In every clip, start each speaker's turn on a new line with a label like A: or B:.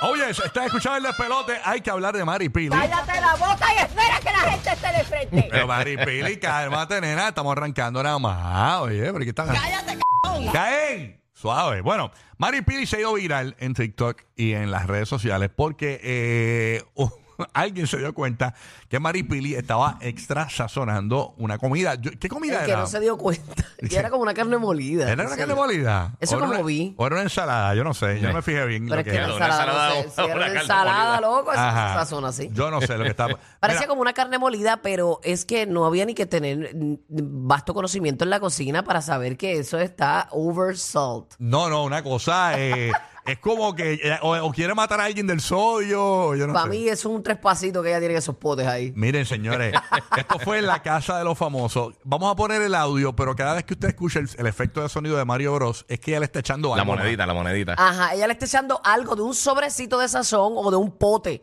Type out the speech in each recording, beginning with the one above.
A: Señores, estás escuchando el despelote. Hay que hablar de Mari Pili.
B: Cállate la boca y espera que la gente esté de frente.
A: Pero Mari Pili, cálmate, nena. Estamos arrancando nada más. Oye, pero ¿qué están
B: Cállate, c******.
A: ¡Caen! Suave. Bueno, Mari Pili se dio viral en TikTok y en las redes sociales porque eh, uh, alguien se dio cuenta que Mari Pili estaba extra sazonando una comida. Yo- ¿Qué comida
C: El que
A: era?
C: no se dio cuenta. Que era como una carne molida.
A: ¿Era
C: qué
A: una
C: sé
A: carne
C: yo.
A: molida?
C: Eso
A: ¿O era
C: como
A: una-
C: vi.
A: O era una ensalada, yo no sé. Yo no me fijé bien.
C: Pero
A: lo
C: es que
A: que
C: era
A: era.
D: una
C: ensalada,
D: ensalada,
C: no sé, si era
D: una carne
C: ensalada,
D: molida.
C: loco, eso
A: Ajá.
C: se sazona así.
A: Yo no sé lo que estaba.
C: Parecía
A: Mira,
C: como una carne molida, pero es que no había ni que tener mm, vasto conocimiento en la cocina para saber que eso está over salt.
A: No, no, una cosa. eh, es como que. eh, o, o quiere matar a alguien del sodio. o Yo no
C: Para
A: sé.
C: mí es un tres pasitos que ella tiene en esos potes ahí.
A: Miren, señores, esto fue en la casa de los famosos. Vamos a poner el audio, pero cada vez que usted escuche el, el efecto de sonido de Mario Bros, es que ella le está echando
D: La
A: algo. más.
D: monedita, la monedita.
C: Ajá, ella le está echando algo de un sobrecito de sazón o de un pote.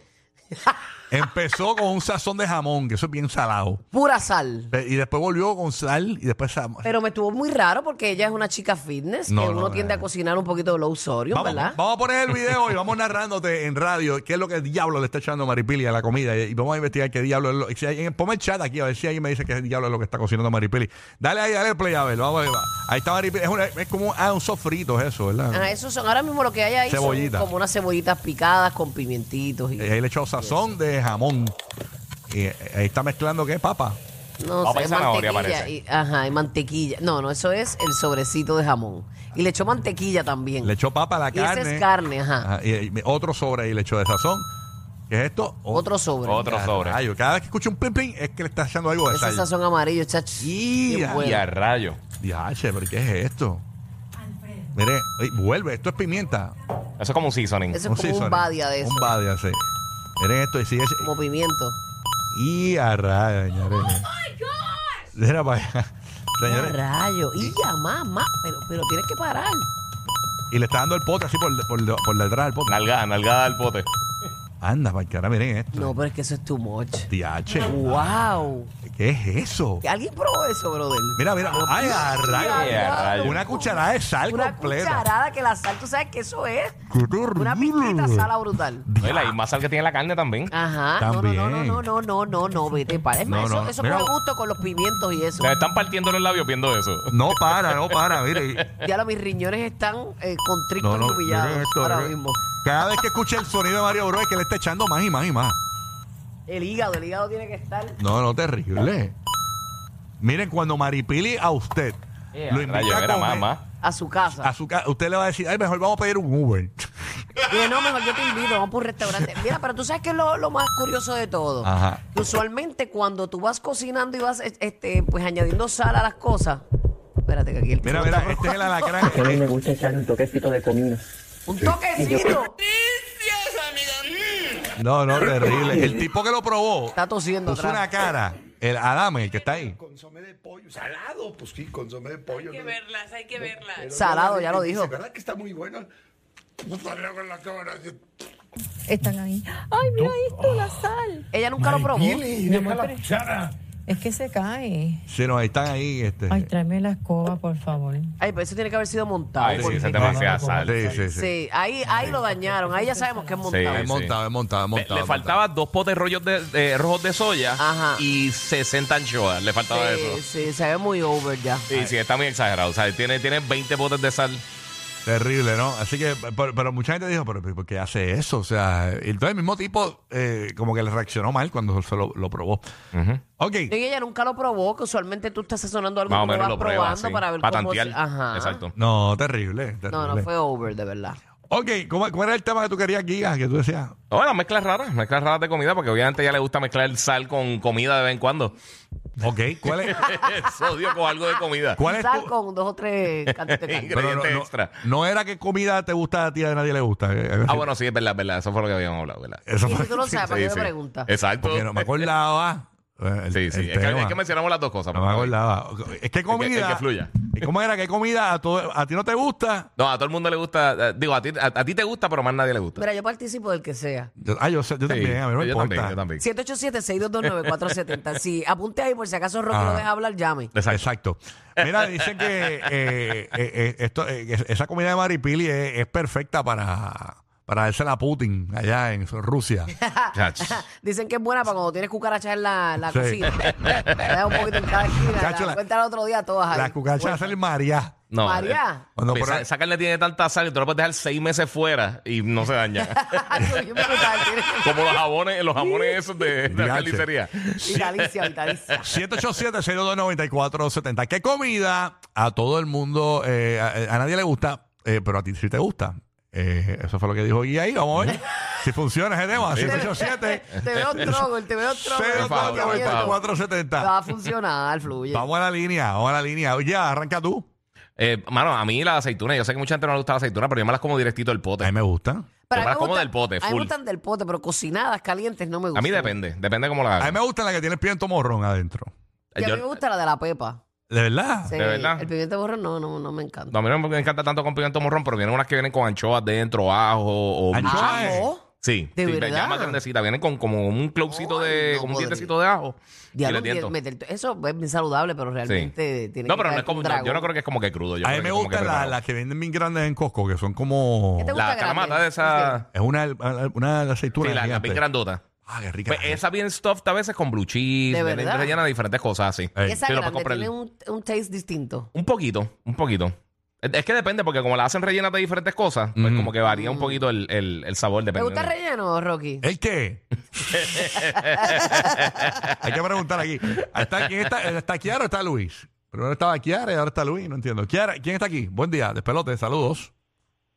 A: Empezó con un sazón de jamón, que eso es bien salado.
C: Pura sal.
A: Pe- Y después volvió con sal y después. sa-
C: Pero me estuvo muy raro porque ella es una chica fitness,
A: No,
C: que
A: no,
C: uno tiende
A: no.
C: a cocinar un poquito de lo usorio,
A: Vamos,
C: ¿verdad?
A: vamos a poner el video y vamos narrándote en radio qué es lo que el diablo le está echando Maripili a la comida. Y y vamos a investigar qué diablo es lo. y Si hay, ponme el chat aquí a ver si alguien me dice qué diablo es lo que está cocinando Maripili. Dale ahí, dale play a ver. Vamos a ver. va. Ahí está Maripili. Es, una- es como un, ah, un sofrito, es eso, ¿verdad?
C: Ajá, esos Ah, son ahora mismo lo que hay ahí son
A: Cebollita.
C: como unas cebollitas picadas con pimientitos y
A: Eh, Ahí le echó sazón de jamón. Y eh, ahí está mezclando qué, papa.
C: no
D: Papa
C: sé,
D: y zanahoria,
C: mantequilla
D: parece.
C: y, ajá, y mantequilla. No, no, eso es el sobrecito de jamón. Y le echó mantequilla también.
A: Le echó papa a la
C: Y esa
A: carne.
C: es carne, ajá.
A: y, y otro sobre ahí le echó de sazón. ¿Qué es esto?
C: Otro sobre.
D: Otro sobre.
A: Rayo. Cada vez que escucho un plin plin es que le está echando algo de
C: Ese
A: sal.
C: sazón amarillo, chacho.
A: Y-
C: Bien
D: Y
C: bueno.
D: a rayo.
A: Diache, pero ¿qué es esto? Mire, ey, vuelve, esto es pimienta.
D: Eso es como un seasoning.
C: Eso es como un
A: seasoning.
C: badia de eso.
A: Un badia, sí. Miren esto y sigue.
C: Como pimiento.
A: Y a rayos, señores. Mira para allá.
C: ¡Ah,
A: Señores,
C: rayo! ¡Y ya, mamá! Pero, pero tienes que parar.
A: y le está dando el pote así por, por, por detrás del pote.
D: Nalgada, nalgada del pote.
A: Anda, para que ahora miren esto.
C: No, pero es que eso es too much.
A: Diache.
C: ¡Wow!
A: ¿Qué es eso?
C: ¿Alguien probó eso, brother?
A: Mira, mira. Ay, a rayos.
D: Ay, a rayos.
A: Una cucharada de sal
C: Una
A: completa.
C: cucharada que la sal, tú sabes que eso es
A: Qué
C: una
A: horrible.
C: pintita sala brutal.
D: No, y la y más sal que tiene la carne también.
C: Ajá, no, no, no,
A: También.
C: no, no, no, no, no, vete para. Es más,
A: No,
C: eso,
A: no,
C: eso
A: mira.
C: coge gusto con los pimientos y eso.
D: Se me están partiendo los labios viendo eso.
A: No para, no para, mire.
C: Ya lo, mis riñones están eh,
A: No,
C: constrictos
A: no,
C: y humillados
A: miren esto,
C: ahora
A: miren.
C: mismo.
A: Cada vez que escuche el sonido de Mario Bros es que le está echando más y más y más.
C: El hígado, el hígado tiene que estar.
A: No, no, terrible. Miren, cuando Maripili a usted
D: Eh,
A: lo
D: a
A: invita
D: rayo,
A: a
D: era
A: comer
D: mamá.
C: A su casa.
A: a su ca- usted le va a decir, ay, mejor vamos a pedir un Uber.
C: Dije, no, mejor yo te invito, vamos por un restaurante. Mira, pero tú sabes que es lo, lo más curioso de todo.
A: Ajá.
C: Que Usualmente cuando tú vas cocinando y vas es- este, pues añadiendo sal a las cosas. Espérate que aquí el tipo
A: Mira,
C: está
A: mira, este es el alacrán.
E: Que a mí me gusta echarle un toquecito de comino.
C: Un toquecito.
A: No, no, terrible. El tipo que lo probó
C: Está tosiendo
A: puso
C: atrás.
A: una cara. El Adame, el que está ahí.
F: Consomé de pollo, salado, pues sí, consomé de pollo.
G: Hay que
F: ¿no?
G: verlas, hay que verlas.
F: Pero
C: Salado, ya lo
F: dice,
C: dijo.
F: ¿Verdad que está muy bueno? Puta, luego en la cámara. yo-
H: Están ahí. Ay, mira esto, la sal.
C: Ella nunca lo probó.
F: Dile, deja la cuchara.
H: Es que se cae.
A: Sí, no, ahí están ahí. Este.
H: Ay, tráeme la escoba, por favor.
C: Ay, pero eso tiene que haber sido montado.
D: Ay, sí,
C: porque-
D: esa es demasiada sal.
A: Sí, sí, sí.
C: Sí, ahí, ahí lo dañaron. Ahí ya sabemos que es montado.
A: Es
D: Sí.
A: montado, es montado, es
D: Le,
A: montado.
D: le
A: es
D: faltaba dos potes rollos de, de- rojos de soya
C: Ajá.
D: y 60 anchoas. Le faltaba
C: Sí,
D: eso.
C: sí, se ve muy over ya.
D: Sí, sí, está muy exagerado. O sea, tiene, tiene 20 potes de sal.
A: Terrible, ¿no? Así que, pero, pero mucha gente dijo, pero pero ¿por qué hace eso? O sea, entonces el mismo tipo eh, como que le reaccionó mal cuando se lo, lo probó. Ok.
C: Y ella nunca lo probó, que usualmente tú estás sazonando algo
D: Más
C: que
D: o menos
C: vas
D: lo prueba.
C: probando
D: Sí.
C: para ver
D: Para
C: cómo se-
D: tantear.
C: Ajá.
D: Exacto.
A: No, terrible, terrible.
C: No, no fue over, de verdad.
A: Ok, ¿cómo- ¿cuál era el tema que tú querías, Giga? Que tú decías.
D: Ahora, mezclas raras, mezclas raras de comida, porque obviamente ya le gusta mezclar sal con comida de vez en cuando.
A: Ok, ¿cuál es?
D: Sodio con algo de comida.
A: ¿Cuál es
C: Sal
A: tu,
C: con dos o tres cantos de carne.
A: pero no,
D: Ingrediente
A: no-
D: extra.
A: no era que comida te gusta a ti y a nadie le gusta. eh, algo
D: Ah,
A: así.
D: bueno, sí, es verdad, es verdad. Eso fue lo que habíamos hablado, ¿verdad?
A: Eso
C: Y si
A: fue.
C: tú lo sabes, ¿para
D: Sí,
C: qué me
D: sí.
C: preguntas?
D: Exacto.
A: Porque no me acordaba. eh, el-
D: Sí,
A: el
D: sí. Es que,
A: tema.
D: es que mencionamos las dos cosas.
A: No me acordaba. Es que comida.
D: el que fluya.
A: ¿Y ¿Cómo era? ¿Qué comida a, todo- a ti no te gusta?
D: No, a todo el mundo le gusta. eh, Digo, a ti, a, a ti te gusta, pero más nadie le gusta.
C: Mira, yo participo del que sea.
A: Yo- ah, yo, sé- yo
D: Sí,
A: también, a mí no me
D: yo
A: importa.
D: también, yo también.
C: 787-622-9470. Sí, apunte ahí por si acaso Rocky
A: Ah.
C: lo deja hablar, llame.
D: Exacto.
A: Exacto. Mira, dicen que eh, eh, eh, esto, eh, es- esa comida de Maripili es, es perfecta para, para dársela a Putin allá en Rusia.
C: ah.
D: Chacho.
C: Dicen que es buena para cuando tienes cucucarachas en la, la
A: Sí.
C: cocina. Te das un poquito en cada esquina.
A: Chacho,
C: la
A: la-
C: cuenta el otro día todas ahí.
A: La cucacha va a
C: Bueno,
A: salir María.
D: No,
C: María.
A: Cuando
D: eh,
A: por
D: esa,
A: ahí-
D: esa carne tiene tanta sal y tú la puedes dejar seis meses fuera y no se daña.
C: Yo me gustaba, tiene-
D: Como los jabones, los jabones esos de, de la
A: Diache.
D: carnicería.
C: Vitalicia, vitalicia.
A: 787-622-9470. ¿Qué comida a todo el mundo, eh, a, a nadie le gusta, eh, pero a ti sí te gusta? Eh, eso fue lo que dijo Guía ahí. Vamos a ver si funciona ese tema.
C: Te veo tronco, te veo
D: Por favor, por favor.
A: 787-622-9470.
C: Va a funcionar, fluye.
A: Vamos a la línea, vamos a la línea. Oye, arranca tú.
D: Eh, mano, a mí las aceitunas, yo sé que mucha gente no le gusta la aceituna, pero yo me las como directito
A: A
D: del
A: mí
D: pote.
A: me gusta.
C: Pero a mí me
D: Yo me las como
C: gustan-
D: del pote,
C: A mí me
D: full.
C: gustan del pote, pero cocinadas, calientes, no me gustan.
D: A mí depende, depende cómo la
A: A mí
D: hagas.
A: me gusta la que tiene el piento morrón adentro.
C: Y a
D: Yo-
C: mí me gusta la de la pepa.
A: ¿De verdad?
C: Sí,
D: ¿De verdad?
C: El pimiento borrón no, no, no me encanta.
D: no, a mí no me encanta tanto con pimiento morrón, pero vienen unas que vienen con anchoas dentro, ajo o...
A: Ancho-
C: Ah,
A: Ay.
C: ¿no?
D: Sí,
C: ¿De
D: sí, le
C: verdad?
D: llama tendecita, vienen con como un closecito
C: Ay,
D: de...
C: no
D: como un
C: podría.
D: dientecito de ajo. y
C: Diablo,
D: le tiento.
C: meter- eso es bien saludable, pero realmente tiene
D: No,
C: que
D: pero no
C: caer
D: es como...
C: un
D: no,
C: dragón.
D: yo no creo que es como que crudo. yo
A: A mí
D: creo que
A: me
D: es como que
A: gustan las
D: preparado.
A: las que venden bien grandes en Costco, que son como...
C: ¿Qué te gusta
D: La calamata
C: grande?
D: de esa...
A: Es una, una, aceituna.
D: Sí, la, la
A: gigante.
D: bien grandota.
A: Ah, qué rica.
D: Pues esa bien stuffed a veces con blue cheese,
C: ¿De
D: viene
C: verdad?
D: rellena de diferentes cosas así.
A: Ey.
C: Esa
D: Sí, lo
C: grande
D: puedes comprar.
C: tiene un, un taste distinto.
D: Un poquito, un poquito. Es es que depende, porque como la hacen rellena de diferentes cosas, pues
A: Ujú.
D: como que varía un poquito el, el, el sabor.
C: ¿Te Mm. gusta
D: dependiendo.
C: el relleno, Rocky?
A: ¿El qué? Hay que preguntar aquí. ¿Está, quién está, ¿Está Kiara o está Luis? Primero estaba Kiara y ahora está Luis, no entiendo. Kiara, ¿quién está aquí? Buen día, despelote, saludos.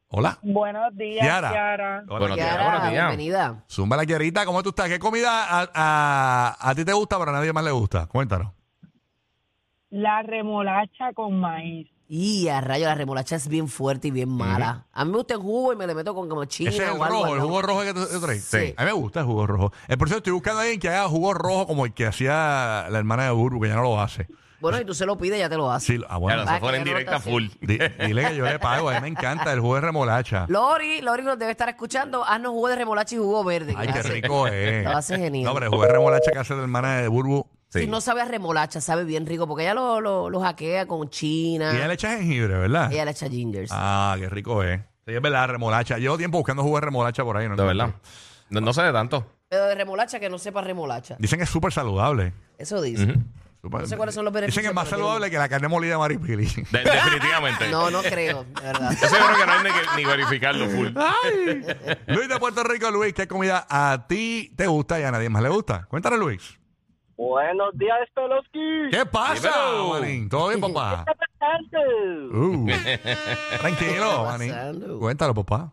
A: Hola.
G: Buenos días,
A: Kiara.
G: Kiara.
A: Hola,
D: Bueno,
A: Kiara.
D: Kiara. buenos días.
C: bienvenida.
A: Zumba la Kiarita, ¿cómo tú estás? ¿Qué comida a, a- a ti te gusta pero a nadie más le gusta? Cuéntanos.
G: La remolacha con maíz.
C: Y a rayo, la remolacha es bien fuerte y bien mala. A mí me gusta el jugo y me le meto con como china
A: Ese es el
C: o algo,
A: rojo, el
C: ¿no?
A: jugo rojo que tú tú traes.
C: Sí.
A: A mí me gusta el jugo rojo. Eh, por cierto, estoy buscando a alguien que haga jugo rojo como el que hacía la hermana de Burbu, que ya no lo hace.
C: Bueno, y tú se lo pides, ya te lo hace.
A: Sí, lo- ah, bueno.
D: Claro,
C: Ah,
D: se
C: que
D: pone en
C: yo no
D: directa
C: te-
D: full.
A: Di- dile que yo le pago, a mí me encanta el jugo de remolacha.
C: Lori, Lori nos debe estar escuchando. Haznos jugo de remolacha y jugo verde.
A: Ay,
C: que
A: qué
C: hace-
A: rico es.
C: Lo hace genial.
A: No, pero el jugo de remolacha que hace la hermana de Burbu.
D: Sí.
C: Si no sabe a remolacha, sabe bien rico, porque ella lo, lo, lo hackea con china.
A: Y ella le echa jengibre, ¿verdad?
C: Ella le echa gingers.
A: Ah, qué rico es. Sí, es verdad, remolacha. Llevo tiempo buscando jugo de remolacha por ahí, ¿no?
D: De verdad. No, no sé de tanto.
C: Pero de remolacha que no sepa remolacha.
A: Dicen que es súper saludable.
C: Eso dice.
A: Súper-
C: No sé cuáles son los
A: Dicen que
C: beneficios,
A: es más
C: pero
A: saludable que la carne molida de Maripili.
D: De- definitivamente.
C: No, no creo, de verdad.
D: Eso yo creo que no hay ni, que- ni verificarlo full.
A: Luis de Puerto Rico, Luis, ¿qué comida a ti te gusta y a nadie más le gusta? Cuéntale, Luis.
I: Buenos días, Peloski.
A: ¿Qué pasa,
D: Dímelo.
A: Manín? ¿Todo bien, papá?
I: presente?
A: Uh. Tranquilo, Manín.
C: pasando?
A: Cuéntalo, papá.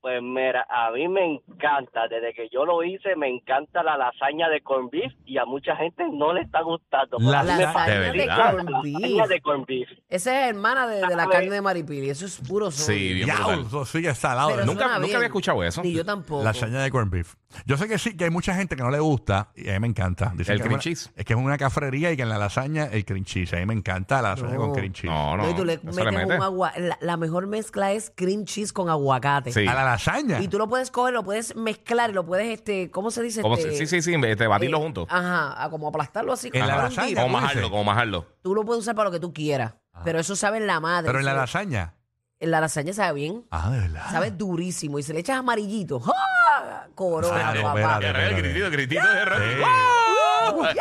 I: Pues mira, a mí me encanta, desde que yo lo hice, me encanta la lasaña de corn beef y a mucha gente no le está gustando. pero a mí
A: Lasaña
I: me
C: Lasaña
D: de
C: de
D: verdad.
C: corn
I: fascina la lasaña
C: beef.
I: de corn beef.
C: Esa es hermana de, de la carne de maripili. Eso es puro sol.
D: Sí, bien
A: Ya,
D: brutal.
A: eso sigue salado.
C: Pero
A: ¿no?
D: nunca-
C: suena
D: nunca
C: bien.
D: había escuchado eso.
C: Ni yo tampoco.
A: Lasaña de corn beef. Yo sé que sí, que hay mucha gente que no le gusta y a mí me encanta. Dicen
D: El
A: que
D: cream
A: es una-
D: cheese.
A: Es que es una cafrería y que en la lasaña el cream cheese. A mí me encanta la lasaña
C: No.
A: con cream cheese.
D: No, no.
C: No, y tú le
D: eso
C: metes
D: le mete.
C: un agua. La, la mejor mezcla es cream cheese con aguacate.
D: Sí.
A: A la lasaña.
C: Y tú lo puedes coger, lo puedes mezclar, lo puedes, este, ¿cómo se dice?
D: Como
C: este,
D: si- sí, sí, sí, este, batirlo
C: eh,
D: juntos.
C: Ajá, a como aplastarlo así.
A: En la
C: como un
A: lasaña.
C: dip.
D: Como
A: ¿tú dices?
D: majarlo, como majarlo.
C: Tú lo puedes usar para lo que tú quieras. Pero eso sabe en la madre.
A: Pero en la
C: Eso-
A: lasaña.
C: en la lasaña sabe bien.
A: Ah, de verdad.
C: Sabe durísimo. Y se le echas amarillito. ¡Ah! Corona,
A: Ah, no,
C: papá.
A: espérate. Espérate.
D: gritito de
A: Sí.
D: Rocky.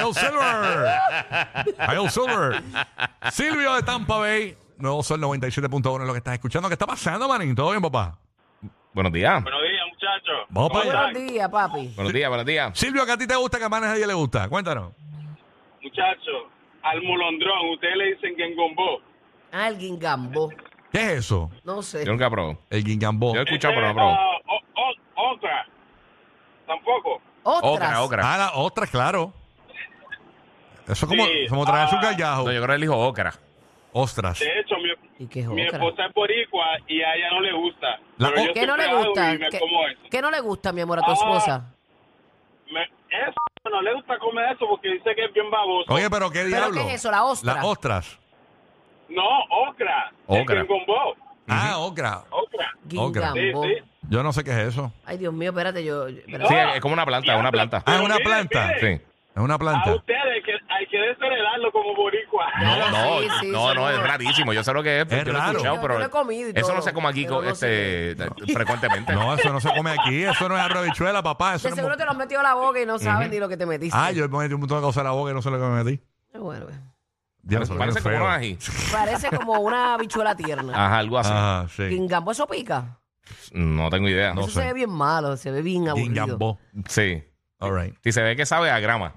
A: I'll Silver. I'll Silver. Silvio de Tampa Bay. Nuevo Sol 97.1 es lo que estás escuchando. ¿Qué está pasando, Manín? ¿Todo bien, papá?
D: Buenos días.
I: Buenos días, muchachos.
A: Vamos para allá.
C: Buenos días, papi.
D: Buenos días, buenos días.
A: Silvio, que a ti te gusta, que a más nadie le gusta. Cuéntanos.
I: Muchachos, al molondrón, ustedes le dicen que en gombo.
C: Alguien gambo.
A: ¿Qué es eso?
C: No sé.
D: Yo nunca probé.
A: El guingambó.
D: Yo he escuchado,
I: Este
D: pero no he probado.
I: otra. Tampoco.
C: Otras.
D: Ocra, ocra.
A: Ah, la otra, claro. Eso es como,
I: Sí,
A: como traer
I: ah.
A: azúcar al gajo.
D: No, yo creo que elijo ocra.
A: Ostras.
I: De hecho, mi,
C: ¿Y qué es
I: mi
C: ocra?
I: esposa es boricua y a ella no le gusta.
A: La-
I: Pero yo
C: ¿Qué no
I: siempre
C: le
I: hago
C: gusta?
I: y me
C: ¿Qué,
I: como eso.
C: qué no le gusta, mi amor, a tu
I: Ah.
C: esposa?
I: Me- eso, no le gusta comer eso porque dice que es bien baboso.
A: Oye, pero qué
C: ¿Pero
A: diablo.
C: qué es eso? ¿La ostra?
A: Las ostras.
I: No, okra.
D: Okra.
I: El gombo.
A: Ah, ocra.
I: Okra.
A: Ocra.
C: Guingambo.
I: Sí, sí.
A: Yo no sé qué es eso.
C: Ay, Dios mío, espérate, yo... yo- espérate.
I: eh,
D: Sí, es como una planta, es una planta.
A: Ah, es
I: Pero
A: una
I: mire,
A: planta.
I: mire,
D: Sí.
A: Es una
I: A
A: planta.
I: ustedes que, al que
J: debe tolerarlo como boricua.
D: No,
C: Sí,
D: no,
C: sí, sí,
D: no, no,
C: seguro.
D: es rarísimo. Yo sé lo que es. porque yo lo he
A: raro.
D: escuchado,
C: Yo-
D: pero
C: yo lo he comido y
D: eso
C: todo,
D: no se come aquí
C: pero
D: co-
C: no
D: este, frecuentemente.
A: No, eso no se come aquí. Eso no es arrobichuela, papá. Eso
C: De
A: no
C: seguro
A: es...
C: te lo has metido a la boca y no sabes ni lo que te metiste.
A: Ah, yo me metí un montón de cosas en la boca y no sé lo que me metí.
C: Bueno, pues.
A: Dios, eso
D: Parece
A: es
D: como
A: bien
D: un
A: feo.
D: ají.
C: Parece como una bichuela tierna.
D: Ajá, algo así.
A: Ajá, sí.
C: Guingambo, eso pica.
D: No tengo idea.
A: Ah. No
C: eso
A: sé.
C: se ve bien malo, se ve bien aburrido.
A: Guingambó.
D: Sí.
A: All right.
D: Si se ve que sabe a grama.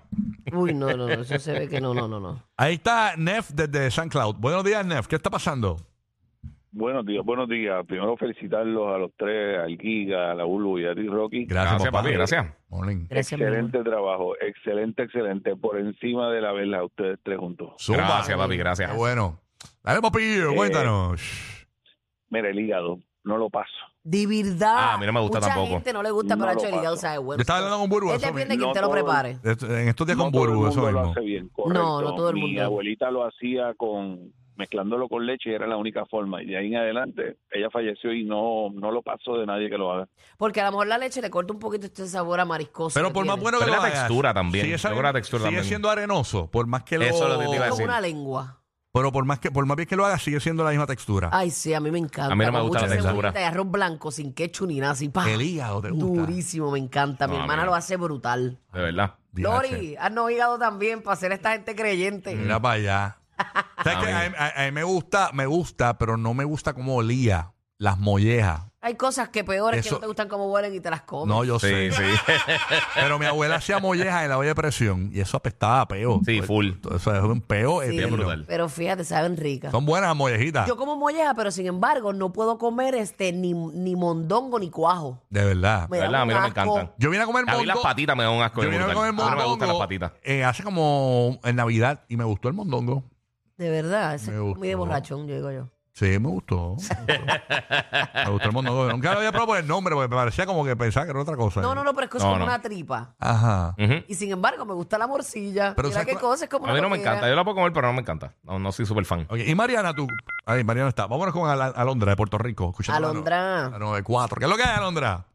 C: Uy, no, no, no, eso se ve que no, no, no, no.
A: Ahí está Nef desde San Cloud. Buenos días, Nef. ¿Qué está pasando?
J: Buenos días, buenos días. Primero felicitarlos a los tres, al Giga, a la Ulu y a Rick Rocky.
A: Gracias,
D: Gracias,
A: papá.
D: papi, gracias.
A: Morning.
C: Gracias, mi amor.
J: Excelente trabajo, excelente, excelente. Por encima de la vela, ustedes tres juntos.
A: Zumba.
D: Gracias, papi,
A: Qué
D: gracias.
A: bueno. Dale, papillo,
J: Eh,
A: cuéntanos.
J: Mira, el hígado, no lo paso.
C: De verdad.
D: Ah, a mí no me gusta
C: mucha
D: tampoco.
C: gente no le gusta,
J: No
C: pero ha
J: lo
C: hecho el
J: paso.
C: hígado sabe bueno. este
A: Yo estaba hablando con Burbu,
C: Él
A: eso
C: depende de
J: mismo.
C: quién te
J: No
C: lo
J: todo el-
C: prepare.
A: Esto- En estos días
J: No
A: con
J: todo el
A: Burbu, eso
J: mundo lo
A: mismo.
J: hace bien, correcto.
C: No, no todo el
J: Mi
C: mundo.
J: abuelita lo hacía con mezclándolo con leche, era la única forma. Y de ahí en adelante, ella falleció y no, no lo paso de nadie que lo haga.
C: Porque a lo mejor la leche le corta un poquito este sabor a mariscoso.
A: Pero
C: que
A: por más
C: tiene.
A: bueno que
D: Pero
A: lo
D: la
A: hagas,
D: textura también.
A: Sigue,
D: Yo creo
A: sabi-
D: la textura
A: sigue
D: también.
A: siendo arenoso, por más que lo...
D: Eso es lo que te iba a
C: Es
D: decir.
C: una lengua.
A: Pero por más que por más bien que lo hagas, sigue siendo la misma textura.
C: Ay, sí, a mí me encanta.
D: A mí no me
C: Con
D: gusta la
C: mucha
D: textura.
C: cebollita Y arroz blanco sin ketchup ni nada, así pa.
A: El hígado te gusta.
C: Ah, Durísimo, me encanta. Mi
D: No, a mí
C: hermana
D: no.
C: lo hace brutal.
D: De verdad.
A: Diache.
C: Lori, haznos hígado también para hacer esta gente creyente.
A: Mira para allá. O sea,
D: A
A: que
D: mí.
A: a, mí- a- a mí me gusta, me gusta, pero no me gusta cómo olía las mollejas.
C: Hay cosas que peores que
A: Eso-
C: no te gustan como huelen y te las comes.
A: No, yo
D: Sí,
A: sé.
D: sí.
A: Pero mi abuela hacía mollejas en la olla de presión y eso apestaba a peo.
D: Sí, full.
A: Eso es un peo
C: Sí,
A: eterno.
D: Bien brutal.
C: Pero fíjate, saben ricas.
A: Son buenas las mollejitas.
C: Yo como molleja, pero sin embargo no puedo comer este ni, ni mondongo ni cuajo.
A: De verdad.
C: Me
D: De
C: da
D: verdad, a
C: un
D: mí no me
C: asco.
D: encantan.
A: Yo vine a comer
D: A mí las
A: mondongo-
D: patitas me dan un asco.
A: Yo
D: de
A: vine a
D: brutal.
A: comer
D: A mí no me gustan las
A: mondongo,
D: patitas.
A: eh, hace como en Navidad y me gustó el mondongo.
C: De verdad, eso
A: Me
C: es muy de
A: gustó.
C: borrachón, yo digo yo.
A: Sí, me gustó. Me gustó, Me gustó el mondongo. Nunca lo había probado por el nombre porque me parecía como que pensaba que era otra cosa.
C: No, no, no, pero es que es
D: No,
C: como
D: no.
C: una tripa.
A: Ajá.
D: Ujú.
C: Y sin embargo, me gusta la morcilla.
A: Pero
C: Mira
A: ¿sabes
C: qué
A: cuál?
C: cosa, es como
D: A
C: una
D: mí no me
C: loquera.
D: encanta. Yo la puedo comer, pero no me encanta. No, no soy súper fan.
A: Ok, Y Mariana, tú. Ay, Mariana está. Vámonos con Al- Alondra de Puerto Rico. escuchando la no-
C: Alondra.
A: La 94. ¿Qué es lo que es, Alondra?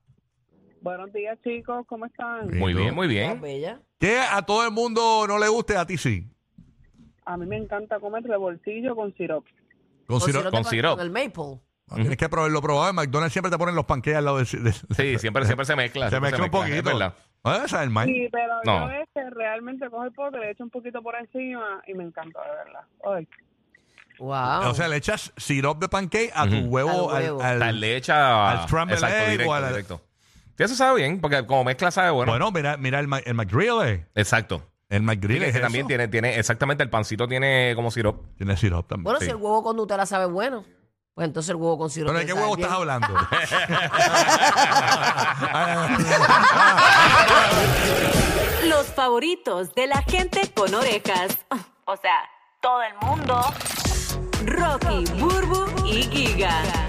G: Buenos días, chicos. ¿Cómo están?
A: Sí,
D: Muy
A: tú.
D: bien, muy
C: Ah,
D: bien.
C: bella.
A: Que a todo el mundo no le guste, a ti sí.
G: A mí me encanta comer revoltillo con sirope.
A: Con
C: Con
A: siro-
C: sirope
D: con
C: pa-
D: sirope.
C: Con el maple.
A: Ah, Tienes que probarlo probado. En McDonald's siempre te ponen los panqueques al lado del. del-
D: Sí, siempre, siempre se mezcla.
A: se
D: siempre
A: mezcla un
D: es
A: poquito. Ah,
D: verdad.
A: No debe saber mal.
G: Sí, pero
D: No.
G: yo este realmente cojo el pote, le echo un poquito por encima y me encanta, de verdad. Ay,
C: Wow.
A: O sea, le echas sirope de panqueque a tu
D: Ujú.
A: huevo.
C: Al
A: Al,
C: huevo.
A: al-
D: Tal le echa
A: al scrambled egg
D: exacto,
A: o
D: directo,
A: al-
D: directo. Sí, eso sabe bien, porque como mezcla sabe bueno.
A: Bueno, mira, mira el, Ma- el McGrill. eh.
D: Exacto.
A: El
D: Sí,
A: McGrill
D: que
A: es
D: ese también
A: eso.
D: tiene, tiene, exactamente, el pancito tiene como sirope.
A: Tiene sirope también.
C: bueno,
D: sí.
C: si el huevo con Nutella sabe bueno, pues entonces el huevo con sirope.
A: ¿Pero de qué
C: sabe
A: huevo
C: bien.
A: estás hablando? Ah,
K: Los favoritos de la gente con orejas. O sea, todo el mundo. Rocky, Burbu y Giga.